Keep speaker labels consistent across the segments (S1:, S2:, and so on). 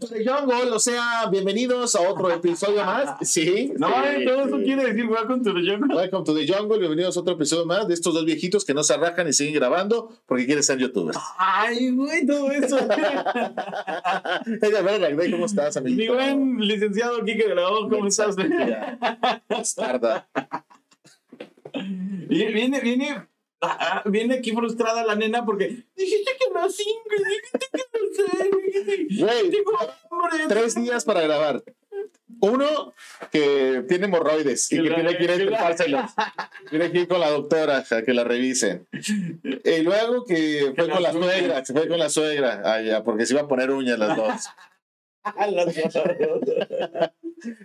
S1: metieron gol, o sea, bienvenidos a otro episodio más. Sí,
S2: No,
S1: sí,
S2: entonces eso
S1: sí.
S2: quiere decir welcome to the jungle.
S1: Welcome to the Jungle, bienvenidos a otro episodio más de estos dos viejitos que no se arrajan y siguen grabando porque quieren ser youtubers.
S2: Ay, güey, todo eso.
S1: Edgar Barragday, ¿cómo estás, amiguito?
S2: Mi buen licenciado Quique de la O, ¿cómo estás?
S1: Ya. Bastarda.
S2: Y Viene, viene, ah, viene aquí frustrada la nena porque dijiste que no cinco, dijiste que no seis, dijiste
S1: Güey,
S2: Tengo hambre.
S1: tres días para grabar. Uno que tiene hemorroides y que tiene que ir a estirpárselos. Tiene que ir con la doctora a que la revisen. Y luego que fue
S2: Que
S1: con la
S2: las uñas.
S1: suegra, se fue con la suegra allá, porque se iba a poner uñas las dos.
S2: A las dos.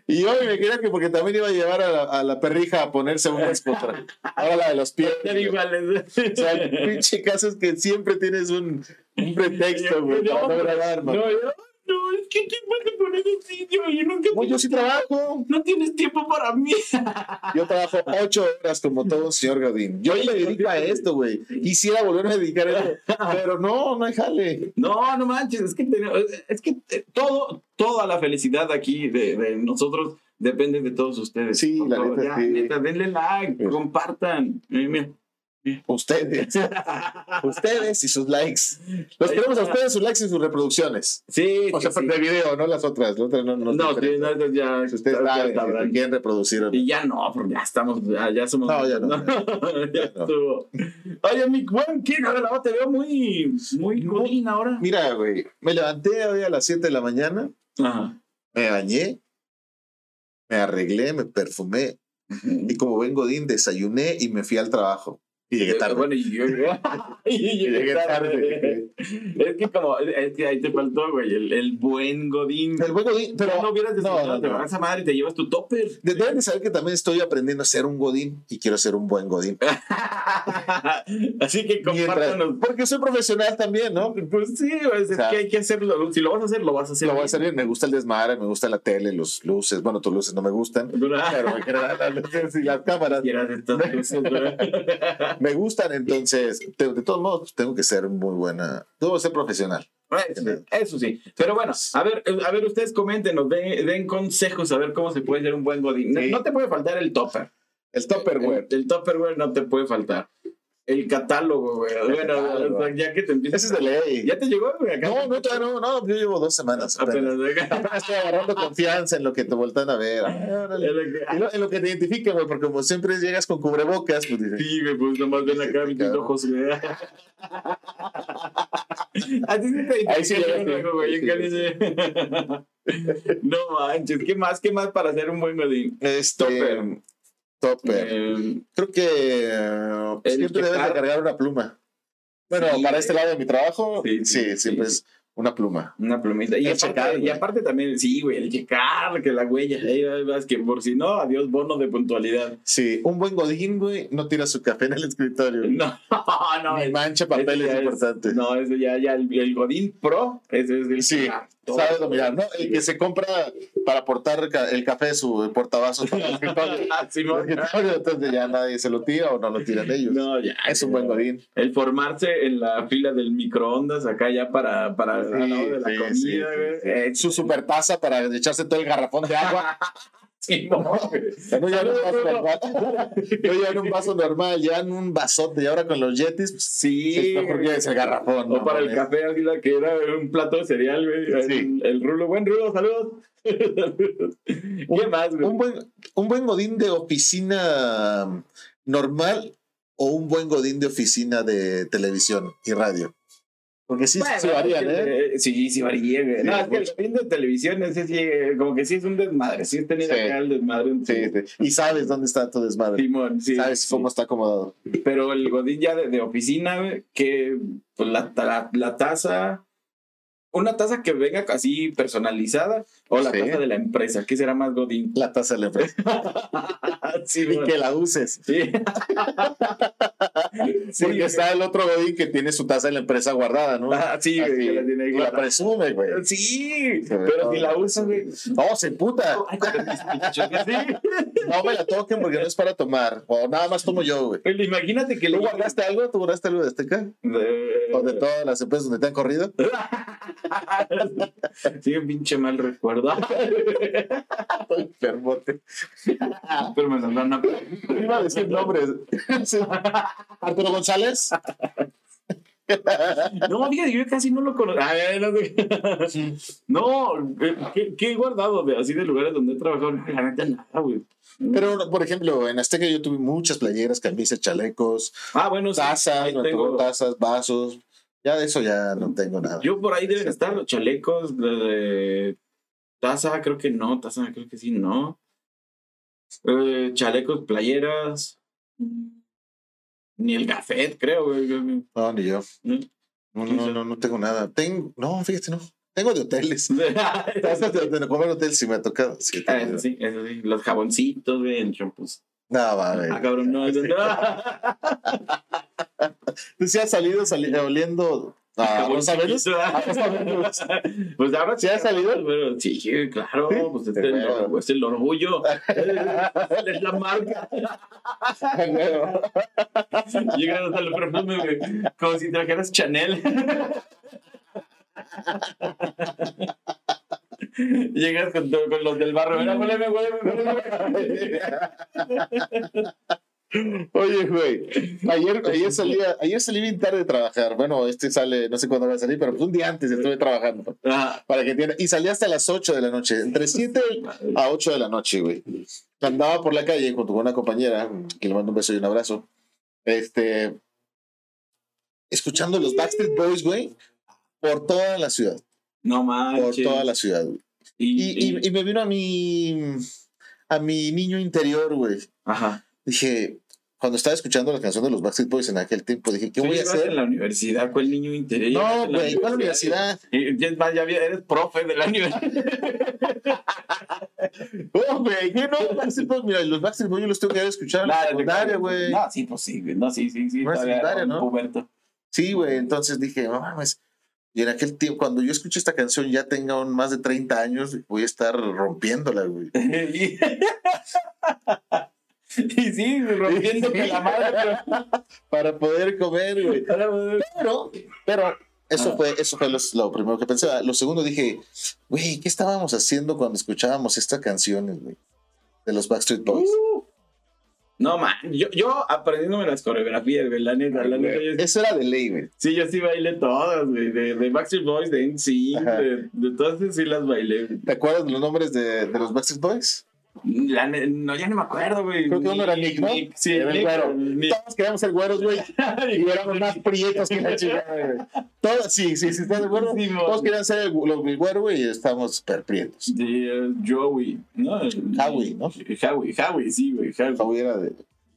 S1: Y hoy me quería que porque también iba a llevar a la, a la perrija a ponerse una escotra. Ahora la de los pies.
S2: Eran
S1: güey.
S2: iguales.
S1: O sea, el pinche caso es que siempre tienes un, un pretexto, güey, para no grabar, man.
S2: No, yo- no, es que ¿quién puede poner un sitio? Yo nunca
S1: No, yo sí trabajo.
S2: No tienes tiempo para mí.
S1: Yo trabajo ocho horas como todo un señor Godín. Yo me dedico a esto, güey. Quisiera volverme a dedicar a esto, pero no, no hay jale.
S2: No, no manches, es que, tenemos- es que eh, todo, toda la felicidad aquí de, de nosotros depende de todos ustedes.
S1: Sí,
S2: Por
S1: la
S2: favor,
S1: neta,
S2: ya,
S1: sí.
S2: neta, denle like,
S1: Sí.
S2: compartan. Eh, mira.
S1: Ustedes, ustedes y sus likes. Los queremos a ustedes, sus likes y sus reproducciones.
S2: Sí,
S1: O
S2: sí,
S1: sea,
S2: sí.
S1: de video, no las otras. Las otras no, no,
S2: No, sí,
S1: no.
S2: no, eso ya,
S1: Si ustedes
S2: ya
S1: saben,
S2: sabrán.
S1: si quieren reproducir o no.
S2: Y ya no, porque ya estamos, ya, ya somos.
S1: No, ya no.
S2: ya
S1: Ya no.
S2: estuvo. Oye, mi buen Kiko de la O, te veo muy, muy
S1: Muy-
S2: godín ahora.
S1: Mira, güey, me levanté hoy a las 7 de la mañana,
S2: Ajá.
S1: me bañé, me arreglé, me perfumé y como ven Godín, desayuné y me fui al trabajo. Y llegué tarde.
S2: Eh, Bueno, y yo, y llegué
S1: Llegué tarde.
S2: Es que como, es que ahí te faltó, güey, el, el buen Godín.
S1: El buen Godín,
S2: Pero
S1: pero
S2: no hubieras
S1: no,
S2: desayunado,
S1: no,
S2: te
S1: no.
S2: vas a madre y te llevas tu topper.
S1: de- deben de saber que también estoy aprendiendo a ser un Godín y quiero ser un buen Godín.
S2: Eh, Así que
S1: Mientras-
S2: compártanos.
S1: porque soy profesional también, ¿no?
S2: Pues sí, pues,
S1: O sea,
S2: es que hay que hacerlo. Si lo vas a hacer, lo vas a hacer.
S1: Lo voy a
S2: bien.
S1: hacer bien, me gusta el desmadre, me gusta la tele, los luces, bueno, tus luces no me gustan, pero me quedan las luces y las cámaras.
S2: Quieras estas luces, ¿verdad?
S1: Me gustan, entonces, te- de todos modos, tengo que ser muy buena, tengo que ser profesional.
S2: Eso, sí, eso sí. Pero bueno, a ver, eh, a ver ustedes coméntenos, den, den consejos a ver cómo se puede ser un buen godín. No,
S1: Sí.
S2: no te puede faltar el topper.
S1: El Tupperware.
S2: El, el topperware no te puede faltar. El catálogo, güey. Bueno,
S1: catálogo.
S2: o sea, ya que te empiezas.
S1: Ese es de ley.
S2: ¿Ya te llegó, güey? Acá
S1: No, no, todavía no, no, yo llevo dos semanas. Apenas,
S2: apenas. Ah, apenas.
S1: Apenas estoy agarrando confianza en lo que te voltan a ver. Ah, órale. En lo, en lo que te identifica, güey, porque como siempre llegas con cubrebocas, pues dices,
S2: Sí, güey, pues nomás ven acá mis
S1: Cabrón.
S2: ojos, güey. Así se te
S1: Ahí sí,
S2: identifica
S1: ya
S2: el
S1: sé.
S2: luego,
S1: Sí,
S2: güey, en Cali, sí. No manches, ¿qué más? ¿Qué más para hacer un buen godín?
S1: este,
S2: Topper.
S1: topper.
S2: Eh,
S1: Creo que eh,
S2: El
S1: siempre
S2: que
S1: debes de
S2: tar-
S1: cargar una pluma. Bueno,
S2: Sí.
S1: para este lado de mi trabajo, sí,
S2: Sí, sí, sí,
S1: siempre
S2: sí.
S1: es una pluma.
S2: Una plumita. Y
S1: El
S2: aparte,
S1: checar, güey.
S2: y aparte también, sí, güey, el checar, que la huella. Ahí va- vas que por si no, adiós, bono de puntualidad.
S1: Sí, un buen godín, güey, no tira su café en el escritorio.
S2: No, no.
S1: Ni
S2: es-
S1: mancha
S2: ese
S1: papel
S2: ya
S1: es importante.
S2: No, ese ya, ya, el, el Godín Pro, ese es el
S1: Sí, Sabes dominar, ¿no? El que se compra para portar ca- el café, su portavasos para el escritorio.
S2: Simón.
S1: Entonces ya nadie se lo tira o no lo tiran ellos.
S2: No, ya.
S1: es un buen godín.
S2: El formarse en la fila del microondas acá ya para, para al
S1: Sí,
S2: lado de la
S1: sí,
S2: comida,
S1: sí,
S2: güey.
S1: sí, sí.
S2: Eh,
S1: Su super taza para echarse todo el garrafón de agua.
S2: Simón, güey.
S1: No ya en un vaso
S2: Saludos,
S1: normal. No ya en un vaso normal, ya en un vasote. Y ahora con los yetis, pues,
S2: Sí.
S1: es mejor que es el garrafón.
S2: O
S1: ¿no?
S2: para el café, así la que era un plato de cereal, güey.
S1: Sí.
S2: El, el rulo, buen rulo, saludos. ¿Qué más, güey?
S1: Un buen, un buen godín de oficina normal o un buen godín de oficina de televisión y radio. Porque sí,
S2: Bueno,
S1: se varían,
S2: es
S1: ¿eh?
S2: que, eh, Sí, sí varían, güey.
S1: Sí,
S2: no, es que el
S1: mucho.
S2: fin de televisión, ese sí, eh, como que sí es un desmadre. Sí es tener
S1: Sí.
S2: acá el desmadre. en
S1: Sí,
S2: tu-
S1: sí. Y sabes dónde está tu desmadre.
S2: Simón, sí.
S1: sabes cómo está acomodado.
S2: Pero el godín ya de, de oficina, güey, que pues, la, ta- la, la taza... Una taza que venga así personalizada. O la
S1: Sí.
S2: casa de la empresa. ¿Qué será más Godín?
S1: La taza de la empresa. Ah,
S2: sí,
S1: Y que la uses.
S2: sí. sí,
S1: porque está el otro Godín que tiene su taza de la empresa guardada, ¿no?
S2: Ah, sí,
S1: Así,
S2: güey, que la tiene ahí
S1: y la
S2: guardada.
S1: presume, güey.
S2: Sí,
S1: Se ve
S2: pero
S1: todo.
S2: si la usan, güey.
S1: No, se puta.
S2: Ay, con mis pichones, sí.
S1: No me la toquen porque no es para tomar. O nada más tomo yo, güey.
S2: Pero Imagínate que
S1: ¿Tú
S2: lo
S1: guardaste algo? ¿Tú guardaste algo de Azteca? ¿O de todas las empresas donde te han corrido?
S2: Sí, un pinche mal recuerdo.
S1: Enfermote.
S2: Pero me mandaron a.
S1: Iba a decir nombres. Sí. Arturo González.
S2: No, fíjate, yo casi no lo conozco. no, sé. No, eh, ¿qué, qué he guardado de, así de lugares donde he trabajado? No, la neta, nada, güey.
S1: Pero, por ejemplo, en Azteca yo tuve muchas playeras, camisas, chalecos,
S2: Ah, bueno, sí,
S1: tazas,
S2: ahí
S1: me
S2: tengo-
S1: tocó tazas, vasos. Ya de eso ya no tengo nada.
S2: Yo por ahí deben estar los chalecos, la de taza, creo que no, taza, creo que sí, no. Eh, chalecos, playeras. Ni el gafet, creo, güey.
S1: No, ni yo.
S2: ¿No?
S1: No, no, no, no tengo nada. Tengo, no, fíjate, no. Tengo de hoteles. Tazas de, de comer hotel si me ha tocado. Sí, he
S2: Ah,
S1: tenido.
S2: eso sí, eso sí. Los jaboncitos, güey, el champús.
S1: No, va,
S2: Ah, cabrón, no, eso no.
S1: Ah, Si has salido sali- eh, oliendo ah, a
S2: Jabón
S1: Rosa Venus.
S2: chiquito.
S1: A Rosa Venus.
S2: Pues ahora
S1: ¿Sí ha salido?
S2: Pero sí, claro,
S1: Sí,
S2: pues
S1: de
S2: este es, el,
S1: huevo.
S2: es el orgullo, es la marca.
S1: A huevo.
S2: Llegan hasta el perfume, güey, como si trajeras Chanel. Llegas con, tu- con los del barrio, mira, huéleme, huéleme, huéleme.
S1: Oye, güey. Ayer, ayer, salí, ayer salí bien tarde de trabajar. Bueno, este sale, no sé cuándo va a salir, pero un día antes estuve trabajando.
S2: Ah,
S1: Para que entiendan. Y salí hasta las 8 de la noche. Entre 7 a 8 de la noche, güey. Andaba por la calle junto con una compañera, que le mando un beso y un abrazo. Este. Escuchando los Backstreet Boys, güey. Por toda la ciudad.
S2: no manches.
S1: Por toda la ciudad, güey.
S2: Y,
S1: Y, y- y me vino a mi. A mi niño interior, güey.
S2: Ajá.
S1: Dije, cuando estaba escuchando la canción de los Backstreet Boys en aquel tiempo, dije, ¿qué
S2: Tú
S1: voy a
S2: ibas en
S1: hacer?
S2: la universidad? ¿Cuál niño interés?
S1: No, güey, ¿cuál universidad?
S2: Y- y es más, ya había- eres profe de la universidad.
S1: No, güey, ¿qué no? Backstreet Boys, mira, los Backstreet Boys yo los tengo que escuchar en la
S2: Nada,
S1: secundaria,
S2: te-
S1: güey.
S2: No, sí, pues sí, güey. No, sí, sí, sí.
S1: No es
S2: todavía era
S1: secundaria, ¿no?
S2: un puberto.
S1: Sí, güey, entonces dije, no mames. Y en aquel tiempo, cuando yo escuché esta canción, ya tenga un- más de 30 años, voy a estar rompiéndola, güey.
S2: y, y sí, rompiendo que la madre.
S1: Para poder comer, güey.
S2: pero-
S1: Pero, pero eso
S2: Ah.
S1: fue, eso fue los- lo primero que pensaba. Lo segundo dije, güey, ¿qué estábamos haciendo cuando escuchábamos estas canciones, güey? De los Backstreet Boys.
S2: Uh. No, man. Yo, yo aprendiéndome las coreografías, güey. La neta, la neta. yo-
S1: Eso era de ley, güey.
S2: sí, yo sí bailé todas, güey. De, de Backstreet Boys, de NSYNC,
S1: Ajá.
S2: de, de todas esas sí las bailé. güey.
S1: ¿Te acuerdas de los nombres de, de los Backstreet Boys?
S2: La ne- no, ya no me acuerdo, güey.
S1: Creo que uno era Nick, ¿no?
S2: sí,
S1: Era el
S2: Nick,
S1: güero.
S2: Nick.
S1: Todos queríamos ser güeros, güey. Y éramos más prietos que la chingada, güey. Todos, sí, sí, sí, ¿estás de acuerdo?
S2: Sí,
S1: Todos
S2: güey.
S1: querían ser el, gu- los- el güero, güey, y estábamos súper prietos.
S2: de eh, Joey, ¿no?
S1: Howie, ¿no?
S2: Howie, Howie, sí, güey, Howie.
S1: Javi era de...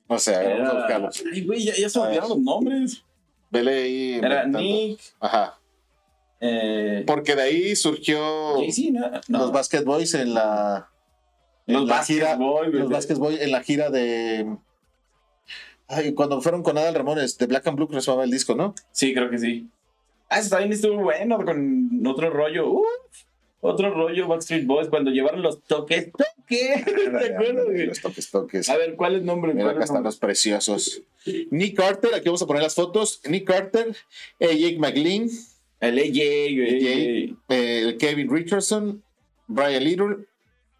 S1: No sé, a ver, vamos a buscarlo.
S2: Era- Ay, güey, ya, ya se me
S1: A ver.
S2: olvidaron los nombres.
S1: Vele ahí.
S2: Era
S1: inventando.
S2: Nick,
S1: Ajá.
S2: eh,
S1: Porque de ahí surgió...
S2: Jay-Z, ¿no? No,
S1: Oh. los Basket Boys en la en
S2: los
S1: la
S2: Basket
S1: gira
S2: Boy, güey.
S1: los Basket Boys en la gira de ay, cuando fueron con Adal Ramones de Black and Blue que se llamaba el disco no
S2: Sí, creo que sí. Ah, eso también estuvo bueno con otro rollo. Uf, otro rollo Backstreet Boys cuando llevaron los toques. ¿Toques? ¿Te acuerdas, güey?
S1: los toques toques
S2: A ver, ¿cuáles nombres?
S1: Mira, acá
S2: ¿Cuáles
S1: están
S2: nombres?
S1: los preciosos. Nick Carter, aquí vamos a poner las fotos. Nick Carter, eh, Jake McLean,
S2: El AJ, güey.
S1: AJ. eh, Kevin Richardson, Brian Little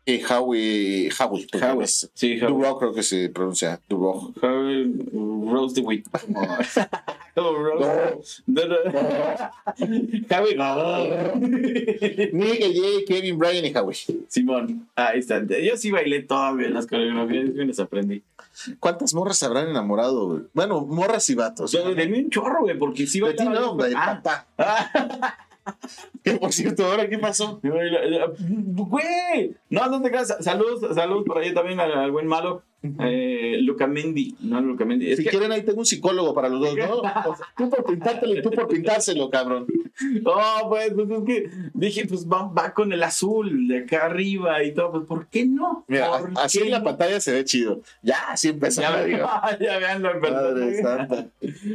S1: y Howie. Howie, tú
S2: Howie.
S1: sabes.
S2: Sí, Howie.
S1: Dubois creo que se pronuncia. Dubois.
S2: Howie, Rose de Wit. Como Rose. No, no. Howie, no.
S1: Nick, AJ, Kevin, Brian y Howie.
S2: Simón, ahí está. Yo sí bailé todas güey, las coreografías, me las aprendí.
S1: ¿Cuántas morras se habrán enamorado? güey? Bueno, morras y vatos.
S2: Yo de mí un chorro, güey, porque sí
S1: De ti
S2: bailaba.
S1: no,
S2: bien-
S1: de
S2: Ah,
S1: papá.
S2: ah,
S1: Que por cierto, ahora qué pasó.
S2: eh, ah, yo baila- Güey, no, no te creas. Saludos, saludos por ahí también al, al buen malo. Eh, Lucamendi, no Lucamendi. Es
S1: si
S2: que,
S1: quieren, ahí tengo un psicólogo para los dos, ¿no? O sea, tú por pintártelo y tú por pintárselo, cabrón.
S2: oh, pues, pues es que dije, pues va, va con el azul de acá arriba y todo. Pues, ¿por qué no?
S1: Mira,
S2: ¿Por
S1: a- así
S2: qué
S1: en la
S2: no?
S1: pantalla se ve chido. Ya, así empezó.
S2: Ya,
S1: digo.
S2: ya vean lo
S1: Madre santa.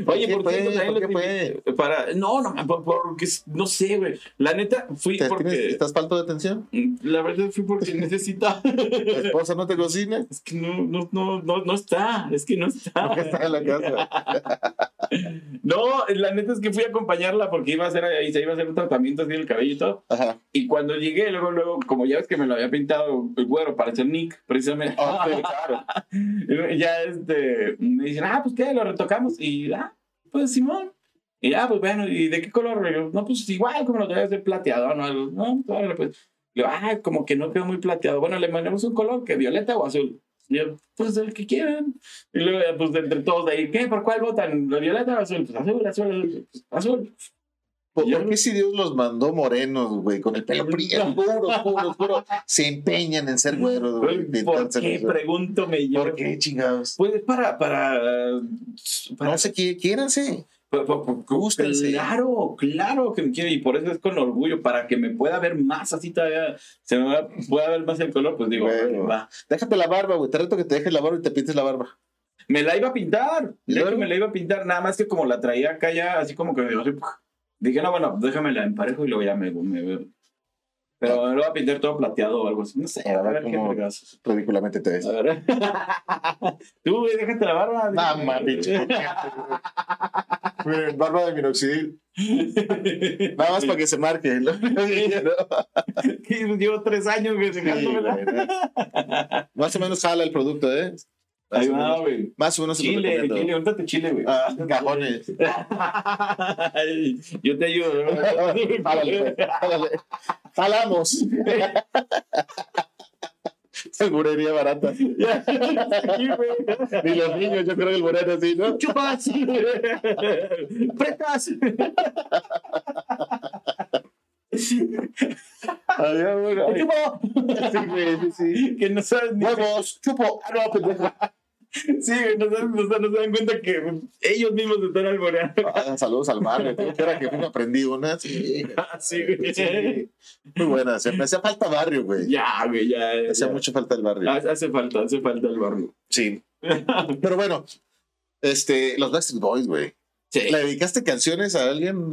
S2: Oye, ¿por
S1: fue?
S2: qué
S1: ¿Por
S2: también
S1: qué
S2: los
S1: fue?
S2: invi- Para, no, no, por- porque no sé, güey. La neta, fui
S1: ¿Te-
S2: porque.
S1: tienes- ¿Estás falto de atención?
S2: La verdad fui porque necesitaba.
S1: ¿Tu esposa no te cocina?
S2: Es que no, no, no, no, no está. Es que no está.
S1: Porque está en la casa.
S2: No, la neta es que fui a acompañarla porque iba a hacer ahí, se iba a hacer un tratamiento así del cabello y todo.
S1: Ajá.
S2: Y cuando llegué, luego, luego, como ya ves que me lo había pintado el güero para ser Nick, precisamente.
S1: Ah, sí, claro.
S2: Y ya este, me dicen, ah, pues qué, lo retocamos. Y ah, pues Simón. Y ah, pues bueno, ¿y de qué color? Y yo, no, pues igual, como lo debes de plateado, ¿no? algo. No, órale, pues. Le digo, ah, como que no quedó muy plateado. Bueno, le mandamos un color, que violeta o azul. Y yo, pues el que quieran. Y luego, ya, pues de entre todos de ahí, ¿qué? ¿Por cuál votan? ¿La violeta o azul? Pues azul, azul, azul. pues, azul.
S1: ¿Por,
S2: Yo-
S1: por qué si Dios los mandó morenos, güey? Con el pelo brillo, oscuro, oscuro, oscuro. Se empeñan en ser güeros, güey. de
S2: Pues, ¿Por
S1: tanto-
S2: qué? Pregúntome yo.
S1: ¿Por qué, chingados?
S2: Pues es para, para, para
S1: No sé qué, quiéranse.
S2: Pa- pa- pa-
S1: Gústense.
S2: Claro, claro que me quiere y por eso es con orgullo, para que me pueda ver más así todavía, se me va- pueda ver más el color, pues digo,
S1: Bueno.
S2: órale, va.
S1: Déjate la barba, güey. Te reto que te dejes la barba y te pintes la barba.
S2: me la iba a pintar,
S1: ¿Y
S2: de hecho
S1: luego?
S2: me la iba a pintar, nada más que como la traía acá ya, así como que me así, ¡puj! dije, no, bueno, déjame la emparejo y luego ya me, me veo. Pero me lo voy a pintar todo plateado o algo así, no sé, a
S1: Ahora,
S2: ver qué
S1: ¿cómo?
S2: fregazo.
S1: Ridículamente te ves.
S2: A ver. Tú, güey, déjate la barba.
S1: Nah, mami, chico. Güey, Barba de minoxidil. Nada más para que se marque. ¿no?
S2: Llevo tres años, güey,
S1: Sí,
S2: dejándomela.
S1: güey. Más o menos jala el producto, ¿eh? Más
S2: Ahí
S1: o
S2: va,
S1: menos,
S2: güey.
S1: más o menos se lo
S2: Chile,
S1: recomiendo.
S2: Chile, ahorita te chile, güey.
S1: Ah, cajones.
S2: Ay, Yo te ayudo. ¿no?
S1: Jálale, güey, jálale. Jalamos. Segurería barata.
S2: Ya, sí, güey.
S1: Ni los niños, yo creo que el moreno así, ¿no?
S2: Chupas. Pretas.
S1: Ay, güey, ay.
S2: Chupo.
S1: Sí, güey, sí, sí.
S2: Que no saben ni.
S1: Huevos, chupo. Ah, no, pendejo.
S2: Sí, güey, no saben- no saben- no se dan cuenta que ellos mismos se están alboreando.
S1: Ah, Saludos al barrio. Creo que era que me aprendí una. Sí.
S2: Así, Ah, güey.
S1: Sí. Muy buena. se- Me hacía falta barrio, güey.
S2: Ya, güey, ya.
S1: Me hacía
S2: ya. Ah.
S1: mucho falta el barrio.
S2: Hace hace falta, hace falta el barrio.
S1: Sí. Pero bueno, este, los Backstreet Boys, güey.
S2: Sí.
S1: ¿Le dedicaste canciones a alguien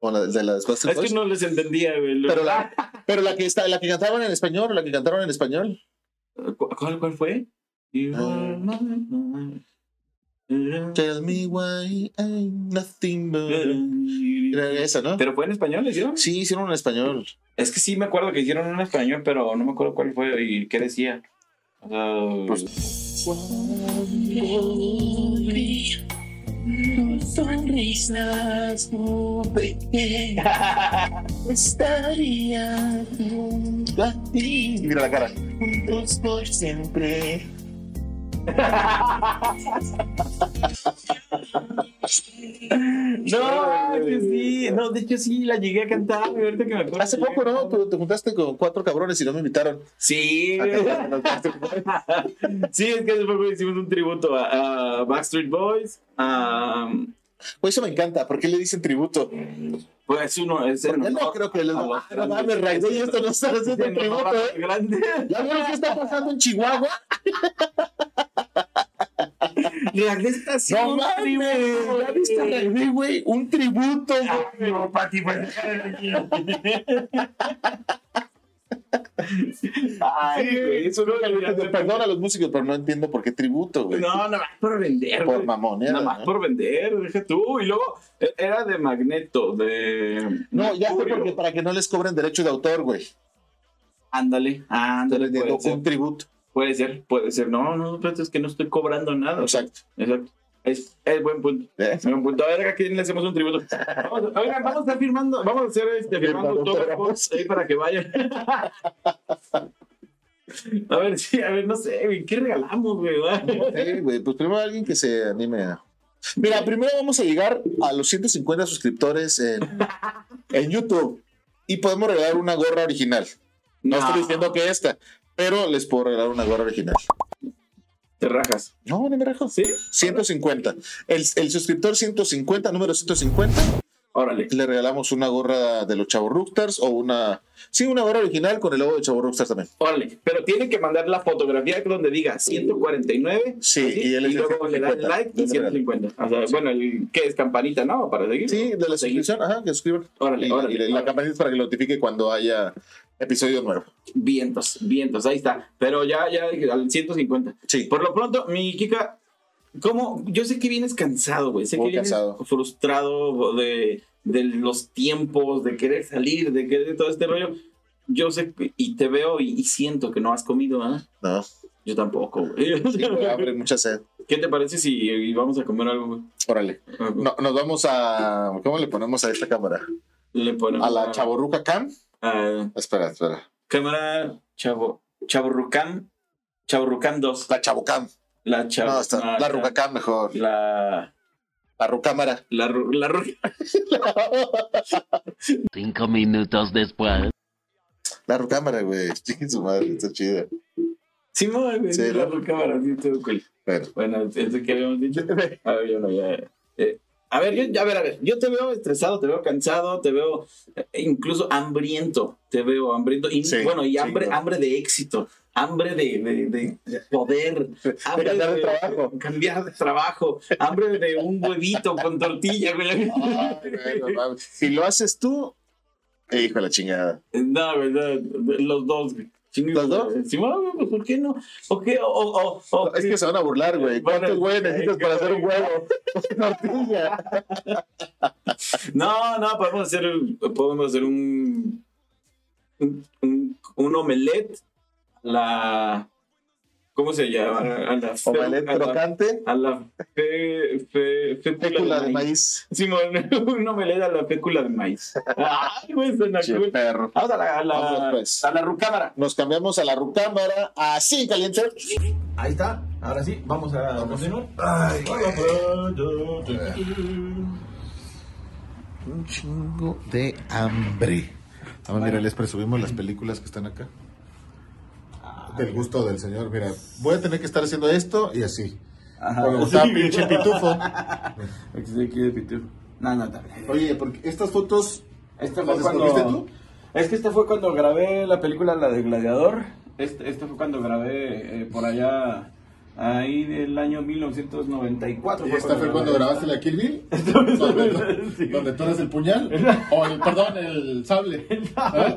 S1: o la- de las Backstreet
S2: Es
S1: Boys?
S2: que no les entendía, güey. lo-
S1: Pero la, pero la que está, la que cantaban en español, o la que cantaron en español.
S2: ¿Cu- ¿Cuál, cuál fue? You are my-
S1: Tell me why I'm nothing but. Era esa, ¿no?
S2: Pero fue en español, ¿le hicieron?
S1: Sí, hicieron en español.
S2: Es que sí me acuerdo que hicieron en español, pero no me acuerdo cuál fue y qué decía. O sea,
S1: Pues-
S3: Sonrisas no pequeñas estaría junto a
S1: Y
S3: ti,
S1: mira la cara.
S3: juntos por siempre.
S2: no, que sí. No, de hecho sí, la llegué a cantar. güey, Ahorita que me acuerdo.
S1: Hace poco, ¿no? Tú te juntaste con cuatro cabrones y no me invitaron.
S2: Sí,
S1: a
S2: güey.
S1: cantar en los Backstreet Boys.
S2: sí, es que hace poco hicimos un tributo a, a Backstreet Boys. A,
S1: Pues eso me encanta. ¿Por qué le dicen tributo?
S2: pues uno es
S1: Porque no creo que les.
S2: a los
S1: Ah, no mames, Ragdell, esto no está haciendo
S2: en honor
S1: tributo,
S2: a
S1: ¿eh?
S2: los grandes.
S1: ¿Ya vieron qué está pasando en Chihuahua?
S2: Ragdell está haciendo
S1: ¡No
S2: un
S1: mames!
S2: tributo,
S1: ¿Ya viste a
S2: güey.
S1: Ragdell, güey? Un tributo, güey.
S2: No, Pati, pues, Ay, güey, eso no lo
S1: Te- te- Perdón a los músicos, pero no entiendo por qué tributo, güey.
S2: No, nada más por vender.
S1: por
S2: güey.
S1: mamonera.
S2: Nada más
S1: ¿no?
S2: por vender, deja tú. Y luego eh, era de Magneto, de.
S1: No, ya sé
S2: Mercurio.
S1: porque para que no les cobren derecho de autor, güey.
S2: Ándale, ándale,
S1: Entonces,
S2: puede
S1: no,
S2: ser,
S1: un tributo.
S2: puede ser, puede ser. No, no, pues, es que no estoy cobrando nada.
S1: Exacto.
S2: Exacto. Es, es buen punto.
S1: ¿Eh?
S2: Es buen punto. A ver, ¿a quién le hacemos un tributo? Vamos, oigan, vamos a estar firmando, vamos a hacer este, firmando
S1: Firmando
S2: autógrafos ahí para que vayan. A ver, sí, a ver, no sé, güey, ¿qué regalamos, güey? va?
S1: Sí, güey, pues primero alguien que se anime a. Mira, primero vamos a llegar a los 150 suscriptores en, en YouTube y podemos regalar una gorra
S2: Ah.
S1: original. No, estoy diciendo que esta, pero les puedo regalar una gorra original.
S2: Te rajas.
S1: No, no me rajo.
S2: ¿Sí?
S1: 150. El, el suscriptor 150, número 150,
S2: Órale.
S1: le regalamos una gorra de los Chavo Rookstars o una. Sí, una gorra original con el logo de Chavo Rookstars también.
S2: Órale. Pero tiene que mandar la fotografía donde diga 149.
S1: Sí, y él es el
S2: luego le dan
S1: 150.
S2: like y 150. O sea, bueno, el, ¿qué es? ¿Campanita, no? Para seguir.
S1: Sí, de la
S2: Seguir.
S1: suscripción, ajá, que suscriban.
S2: Órale,
S1: Y-
S2: órale.
S1: y la
S2: órale.
S1: campanita es para que lo notifique cuando haya episodio nuevo.
S2: Vientos, vientos, ahí está. Pero ya, ya al 150.
S1: Sí.
S2: Por lo pronto, mi Kika, ¿cómo? Yo sé que vienes cansado, güey. Sé
S1: Muy
S2: que vienes
S1: cansado.
S2: frustrado de, de los tiempos, de querer salir, de querer todo este rollo. Yo sé que- y te veo y, y siento que no has comido, ¿ah?
S1: No,
S2: Yo tampoco, güey.
S1: tengo hambre, mucha sed.
S2: ¿Qué te parece si eh, vamos a comer algo, eh, güey?
S1: Órale. No, nos vamos a. ¿Cómo le ponemos a esta cámara?
S2: Le ponemos
S1: A la chaborruca cam.
S2: a-
S1: Espera, espera.
S2: cámara Chavo, Chaburrucán, Chaburrucán 2.
S1: La chabocam.
S2: La Chavo. ah,
S1: No, está. la rucacam mejor.
S2: La.
S1: La rucámara.
S2: La, ru- la ru-
S4: Cinco minutos después.
S1: La rucámara, güey. Chiquen su madre, está chida.
S2: Sí, no, güey.
S1: Sí,
S2: la
S1: ¿no?
S2: rucámara, sí, todo cool.
S1: Bueno.
S2: Bueno, eso que habíamos dicho. A ver, yo no, ya. eh, a ver, yo, a ver, a ver, yo te veo estresado, te veo cansado, te veo eh, incluso hambriento, te veo hambriento, y
S1: Sí,
S2: bueno, y hambre,
S1: chingo.
S2: hambre de éxito, hambre de, de- de poder, hambre
S1: cambiar de trabajo.
S2: cambiar de trabajo, hambre de un huevito con tortilla, güey.
S1: Ay, güey, no mames. Si lo haces tú, eh, hijo de la chingada.
S2: No, güey, no, los dos, güey. Chingue-
S1: ¿Los dos?
S2: Sí, no, güey, pues, ¿por qué no? ¿O qué? O, o, o- o-
S1: Es que se van a burlar, güey. ¿Cuántos
S2: eh,
S1: güeyes necesitas para hacer un huevo? Tortilla.
S2: No, no, podemos hacer, podemos hacer un, un, un, un omelette, la... ¿Cómo se llama? A la fe-
S1: Omelette
S2: a la-
S1: crocante.
S2: A la fe, fe, fécula
S1: Fécula de maíz.
S2: Simón, un omelette a la fécula de maíz. Ay, güey, suena
S1: Che,
S2: cool.
S1: perro.
S2: Vamos a la, a la,
S1: Vamos, pues.
S2: a la rucámara.
S1: Nos cambiamos a la rucámara. Así, caliente.
S2: Ahí está, ahora sí, vamos a continuar.
S5: Un chingo de hambre.
S6: Ah, mira, les presumimos las películas que están acá.
S2: Ah,
S6: Del gusto del señor, mira, voy a tener que estar haciendo esto y así. Porque me gustaba pinche pitufo.
S2: No, no, está bien.
S6: Oye, porque estas fotos
S2: Esta
S6: ¿Las
S2: fue cuando...
S6: escogiste tú?
S2: Es que esta fue cuando grabé la película La de Gladiador. Este, este fue cuando grabé eh, por allá, ahí del año 1994.
S6: y esta fue cuando grabaste la Kill Bill, donde, donde tú eres el puñal, o el, perdón, el sable. ¿Ah?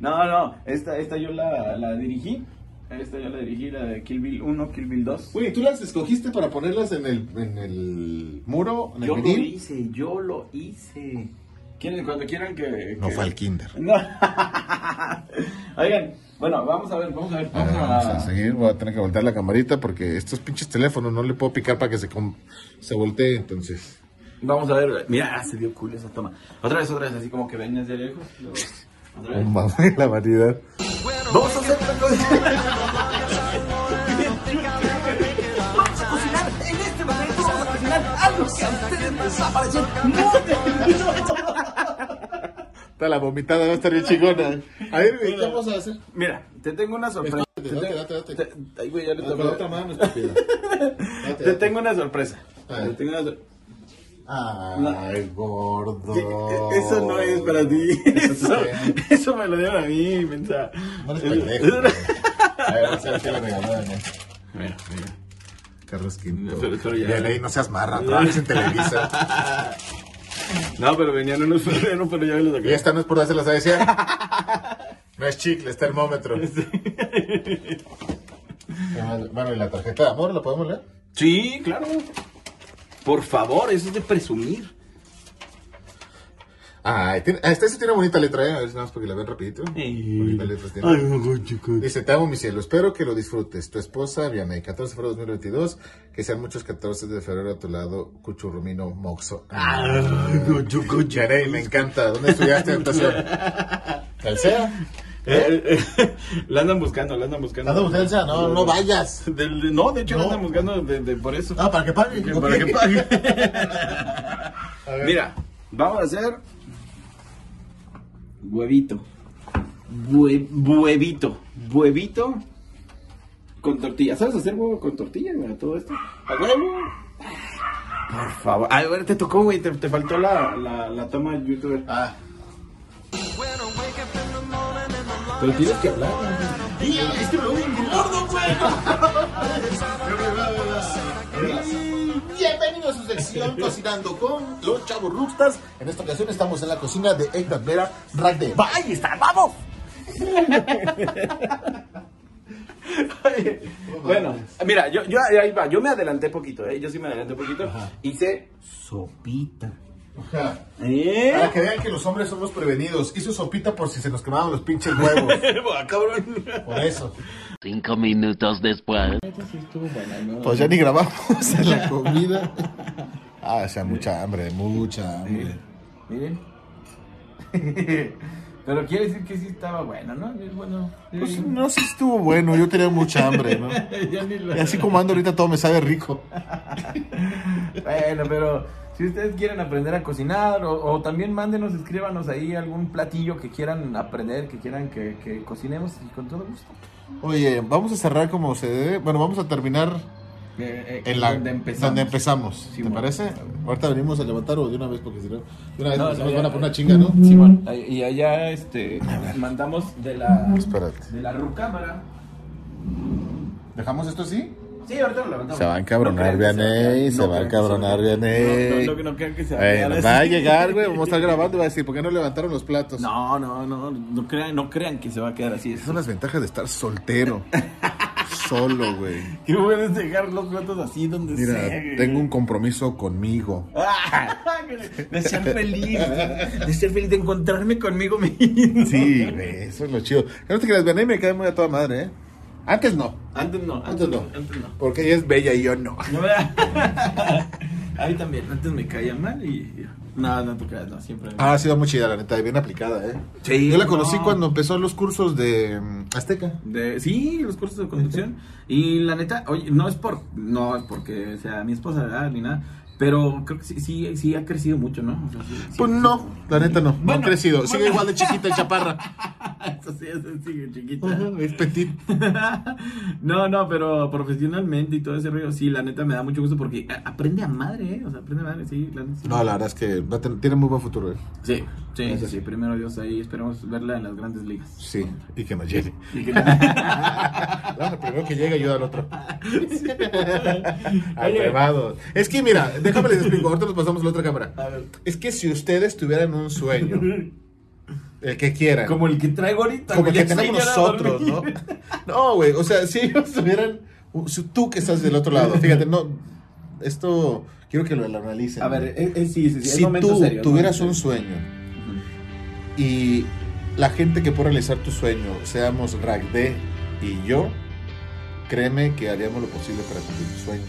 S2: No, no, esta, esta yo la, la dirigí. Esta yo la dirigí, la de Kill Bill 1, Kill Bill 2.
S6: Oye, ¿tú las escogiste para ponerlas en el, en el muro, en el
S2: Yo lo
S6: vinil?
S2: hice, yo lo hice. ¿Quieren, cuando quieran que...
S6: No
S2: que-
S6: fue al kinder.
S2: No. Oigan, bueno, vamos a ver, vamos a ver.
S6: A ver,
S2: Vamos a,
S6: Ah, vamos a seguir, voy a tener que voltear la camarita porque estos pinches teléfonos no le puedo picar para que se, com- se voltee, entonces...
S2: Vamos a ver, mira, ah, se dio cool esa toma. Otra vez, otra vez, así como que ven desde lejos. luego, otra vez.
S6: Mame, la variedad.
S2: Vamos a hacer una cosa.
S7: Vamos a cocinar en este momento, vamos a cocinar algo que a ustedes les va a parecer muy delicioso.
S6: Está la vomitada, va a estar bien chingona. A ver, güey, ¿qué vamos a hacer?
S2: Mira, te tengo una sorpresa.
S6: Date, date, date, date.
S2: Te- Ay, güey, ya le
S6: Date
S2: toqué.
S6: con la otra mano, estúpida. Date,
S2: Te
S6: date.
S2: tengo una sorpresa.
S6: A ver.
S2: Te tengo una sor-
S6: Ay, gordo.
S2: E-, Eso no es para ti. Eso, eso me lo dieron a mí, pensaba.
S6: No eres pendejo. güey. A ver, vamos a ver qué le regalaron. ¿no?
S2: Mira, mira.
S6: ¿eh? Carlos Quinto.
S2: Pero- pero ya-
S6: De ley, no seas marra, trabajas en Televisa.
S2: No, pero venían unos perros, pero ya me los
S6: Y
S2: saqué.
S6: esta no es por dárselas a decir. No es chicle, es termómetro. Qué mal- Bueno, ¿y la tarjeta de amor la podemos leer?
S2: Sí, claro. Por favor, eso es de presumir.
S6: Ay, tiene, ah, esta esta tiene bonita letra, ¿eh? A ver, nada más porque la ven rapidito. Bonita letra tiene. Dice, te amo, mi cielo, espero que lo disfrutes. Tu esposa, Vianey, 14 de febrero de 2022. Que sean muchos 14 de febrero a tu lado, Cuchurrumino Moxo. Vianey, me encanta. ¿Dónde estudiaste actuación? ¿Al CEA?
S2: Eh, eh, la andan buscando, la andan buscando.
S6: ¿Dónde buscas el CEA? No, no vayas.
S2: De- de- no, de hecho la
S6: No.
S2: andan buscando de- de- por eso.
S6: Ah, para que pague.
S2: Que
S6: Ok.
S2: para que pague.
S6: A ver.
S2: Mira, vamos a hacer huevito. Hue- huevito. Huevito
S8: con tortilla. ¿Sabes hacer huevo con tortilla, güey? Todo esto. ¿A huevo? Por favor. Ay, güey, te tocó, güey. Te, te faltó la, la, la toma del youtuber.
S6: Ah,
S8: Pero tienes que hablar, güey.
S6: Bienvenidos a su sección Cocinando con los Chavos Ruxtas. En esta ocasión estamos en la cocina de Héctor Vera Ragde. ¡Ahí está! ¡Vamos!
S8: Bueno, mira, yo, yo, ahí va, yo me adelanté poquito, ¿eh? yo sí me adelanté poquito. Hice sopita. ¿Eh?
S6: Para que vean que los hombres somos prevenidos. Hizo sopita por si se nos quemaban los pinches huevos.
S8: Ah, cabrón.
S6: Por eso.
S4: Cinco minutos después.
S6: Pues ya ni grabamos en la comida. Ah, o sea, mucha hambre, mucha hambre.
S8: Ah, Miren. Pero quiere decir que sí estaba bueno, ¿no? Es bueno.
S6: Pues no sé si estuvo bueno, yo tenía mucha hambre, ¿no?
S8: Ya ni lo-
S6: Y así como ando ahorita todo me sabe rico.
S8: Bueno, pero si ustedes quieren aprender a cocinar o, o también mándenos, escríbanos ahí algún platillo que quieran aprender, que quieran que, que cocinemos y con todo gusto.
S6: Oye, vamos a cerrar como se debe. Bueno, vamos a terminar Eh, en la, donde empezamos. ¿Te
S8: Simón.
S6: parece? Ahorita venimos a levantar o de una vez, porque si no, de una vez
S8: No,
S6: nos
S8: no,
S6: nos
S8: ya,
S6: van a
S8: ya.
S6: poner una chinga, ¿no?
S8: Simón, ahí- y allá este, mandamos de la,
S6: Espérate.
S8: de la rucámara.
S6: ¿Dejamos esto así?
S8: Sí, ahorita lo levantamos.
S6: Se va a encabronar, Vianey. Se va a encabronar, Vianey.
S8: No, no, no crean que se va a
S6: Bueno,
S8: quedar
S6: va a
S8: así.
S6: llegar, güey. Vamos a estar grabando y va a decir, ¿por qué no levantaron los platos?
S8: No, no, no, no crean, no crean que se va a quedar así.
S6: Esas son las ventajas de estar soltero. Solo, güey.
S8: Que puedes dejar los platos así donde
S6: Mira,
S8: sea. güey.
S6: tengo un compromiso conmigo.
S8: Ah, de ser feliz, de ser feliz, de encontrarme conmigo mismo.
S6: Sí, güey, eso es lo chido. No te creas, Vianey me cae muy a toda madre, ¿eh? Antes no,
S8: Antes no,
S6: Antes
S8: antes
S6: no.
S8: no, antes no.
S6: porque ella es bella y yo no.
S8: No, Ahí también, antes me caía mal y. y- No, no te creas, no, siempre.
S6: Ah, ha sido muy chida, la neta, y bien aplicada, ¿eh?
S8: Sí,
S6: Yo la conocí
S8: no.
S6: cuando empezó los cursos de mm, Azteca.
S8: De- sí, los cursos de conducción. Y la neta, oye, no es por. No es porque sea mi esposa, ¿verdad? Ni nada. Pero creo que sí, sí, sí ha crecido mucho, ¿no? O sea, sí- sí-
S6: Pues no, la neta no, no ha
S8: Bueno,
S6: crecido. Sigue
S8: bueno.
S6: igual de chiquita y chaparra.
S8: Eso sí, eso sigue chiquita.
S6: Ajá, es petit.
S8: no, no, pero profesionalmente y todo ese rollo, sí, la neta me da mucho gusto porque a- aprende a madre, ¿eh? O sea, aprende a madre, sí, la neta. sí.
S6: No, la verdad es que va a tener- tiene muy buen futuro, ¿eh?
S8: Sí, sí, sí,
S6: Gracias.
S8: sí, primero Dios ahí, esperamos verla en las grandes ligas.
S6: Sí, y que nos llegue.
S8: Y que-
S6: Claro, primero que llega ayuda al otro. Al
S8: Oye.
S6: privado. Es que mira, déjame les explico, ahorita nos pasamos a la otra cámara.
S8: A ver.
S6: Es que si ustedes tuvieran un sueño, el que quieran.
S8: Como el que traigo ahorita.
S6: como el
S8: güey,
S6: que
S8: ya
S6: tenemos
S8: estoy ya
S6: nosotros, ¿no?
S8: dormí.
S6: No, güey, o sea, si ellos tuvieran, si tú que estás del otro lado, fíjate, no, esto quiero que lo, lo analicen.
S8: A ver, eh, eh, sí, sí, sí, es
S6: si
S8: momento
S6: tú
S8: serio, es
S6: tuvieras un
S8: momento serio.
S6: sueño y la gente que puede realizar tu sueño, seamos Ragde y yo, créeme que haríamos lo posible para cumplir tu sueño.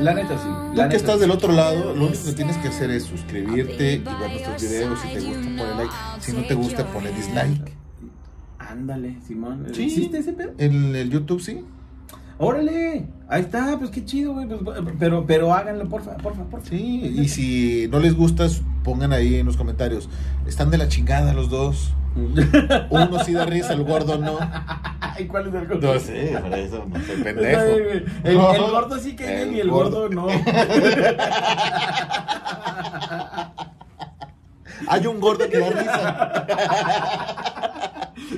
S8: La neta, sí.
S6: Tú
S8: La neta,
S6: que estás
S8: sí.
S6: del otro lado, lo único que tienes que hacer es suscribirte y ver nuestros videos. Si te gusta, ponle like. Si no te gusta, ponle dislike.
S8: Ándale, Simón.
S6: Sí.
S8: ¿Existe ese pedo?
S6: En el YouTube, sí.
S8: ¡Órale! Ahí está, pues qué chido, güey. pues, pero, pero háganlo, porfa, porfa, porfa.
S6: Sí, y si no les gustas, pongan ahí en los comentarios. Están de la chingada los dos. Uno sí da risa, el gordo no.
S8: Ay, ¿cuál es el gordo?
S6: No sé, por eso no soy
S8: Ay, güey,
S6: pendejo.
S8: El,
S6: No.
S8: el gordo sí que bien y el gordo, no.
S6: Hay un gordo que da risa.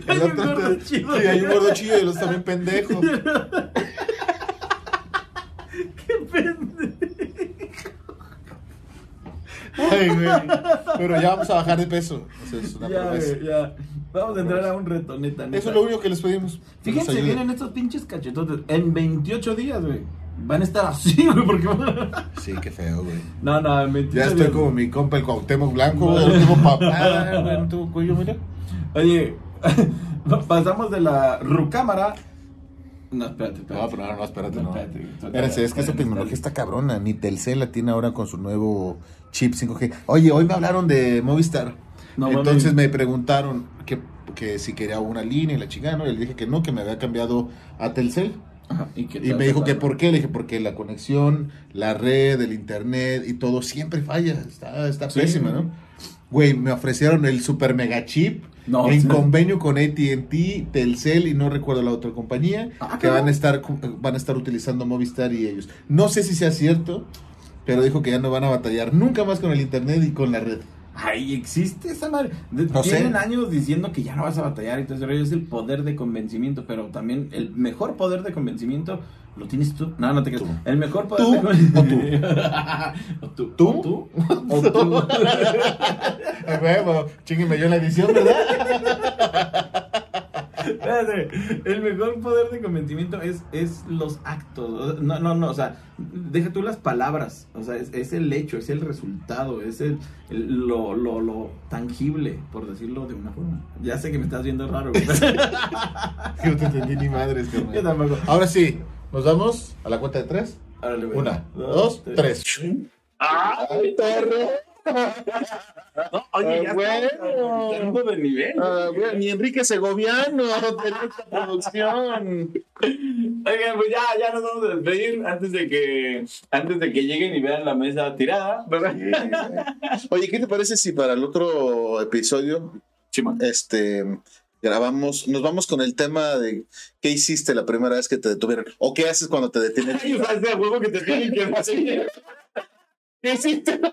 S8: Hay
S6: El
S8: un
S6: otro-
S8: gordo chido.
S6: Sí, hay un gordo chido y el otro también pendejo. Ay, güey. Pero ya vamos a bajar de peso. O sea, es una
S8: ya,
S6: promesa.
S8: güey, ya. Vamos a entrar a un reto, neta, neta.
S6: Eso es lo único que les pedimos. Que nos
S8: Fíjense,
S6: ayuden.
S8: vienen estos pinches cachetotes. En 28 días, güey. Van a estar así, güey, porque...
S6: Sí, qué feo, güey.
S8: No, no, en 28
S6: Ya estoy
S8: días.
S6: como mi compa el Cuauhtémoc Blanco, güey. No tengo papada, güey.
S8: Ah, tu cuello, mira. Oye, pasamos de la rucámara. No, espérate, espérate.
S6: No, Ah, pero no, no, espérate, no.
S8: Espérate, espérate.
S6: Espérate, es que esa
S8: Espérate, espérate.
S6: tecnología está cabrona. Ni Telcel la tiene ahora con su nuevo chip 5G. Oye, hoy me hablaron de Movistar.
S8: No, mami.
S6: Entonces me preguntaron que, que si quería una línea y la chingada, ¿no? Y le dije que no, que me había cambiado a Telcel.
S8: Ajá, ¿y, qué
S6: Y
S8: tal,
S6: me dijo
S8: tal,
S6: que
S8: tal?
S6: por qué. Le dije, porque la conexión, la red, el internet y todo siempre falla. Está, está
S8: Sí.
S6: pésima, ¿no? Güey, me ofrecieron el super mega chip
S8: No,
S6: en
S8: sí.
S6: convenio con ATT, Telcel y no recuerdo la otra compañía,
S8: Ah,
S6: que
S8: cabrón.
S6: van a, estar, cu- van a estar utilizando Movistar y ellos. No sé si sea cierto, pero dijo que ya no van a batallar nunca más con el Internet y con la red.
S8: Ay, existe esa madre. De-
S6: No sé.
S8: tienen años diciendo que ya no vas a batallar y todo ese rollo. Es el poder de convencimiento, pero también el mejor poder de convencimiento lo tienes tú. No, no te creas.
S6: Tú.
S8: El mejor poder
S6: Tú
S8: de convencimiento. o tú.
S6: Tú.
S8: ¿O tú? ¿O tú?
S6: A huevo, chingueme yo en la edición, ¿verdad?
S8: Espérate, El mejor poder de convencimiento es, es los actos. O sea, No, no, no, o sea, deja tú las palabras. O sea, es, es el hecho, es el resultado, es el, el- lo, lo, lo tangible, por decirlo de una forma. Ya sé que me estás viendo raro. güey.
S6: Yo te entendí ni madres, carnal.
S8: Yo tampoco.
S6: Ahora sí, nos vamos a la cuenta de tres.
S8: Árale, güey.
S6: Una, dos, tres.
S1: ¡Ay, perro!
S2: No, oye, ya
S1: Ah,
S2: bueno.
S1: bueno.
S2: de nivel.
S1: Ah, güey, ni Enrique Segoviano de nuestra producción.
S2: Oigan, pues ya, ya nos vamos a despedir antes de que, antes de que lleguen y vean la mesa tirada, ¿verdad?
S1: Oye, ¿qué te parece si para el otro episodio
S2: Simón.
S1: este grabamos, nos vamos con el tema de qué hiciste la primera vez que te detuvieron o qué haces cuando te detienen?
S2: Ay, o sea, ese huevo que te tienen que hacer. ¿Qué hiciste?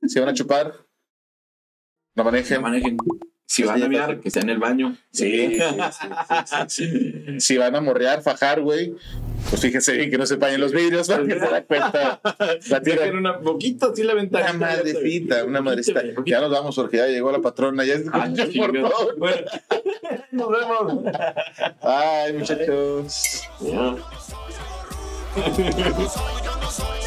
S2: una-
S1: si van a chupar, no
S2: Que
S1: manejen.
S2: manejen. Si van a mirar, que sea en el baño.
S1: Sí, sí, sí, Si van a morrear, fajar, güey, pues fíjense bien que no se paguen los vidrios, porque se da cuenta. La
S2: Dejen
S1: tiran.
S2: una poquito así la ventana.
S1: Una madrecita, una madrecita.
S2: Poquito,
S1: Ya nos vamos porque ya llegó la patrona, ya es
S2: Ah,
S1: ya es por
S2: chingado.
S1: todo.
S2: Bueno, nos vemos.
S1: Ay, muchachos.
S2: Ya.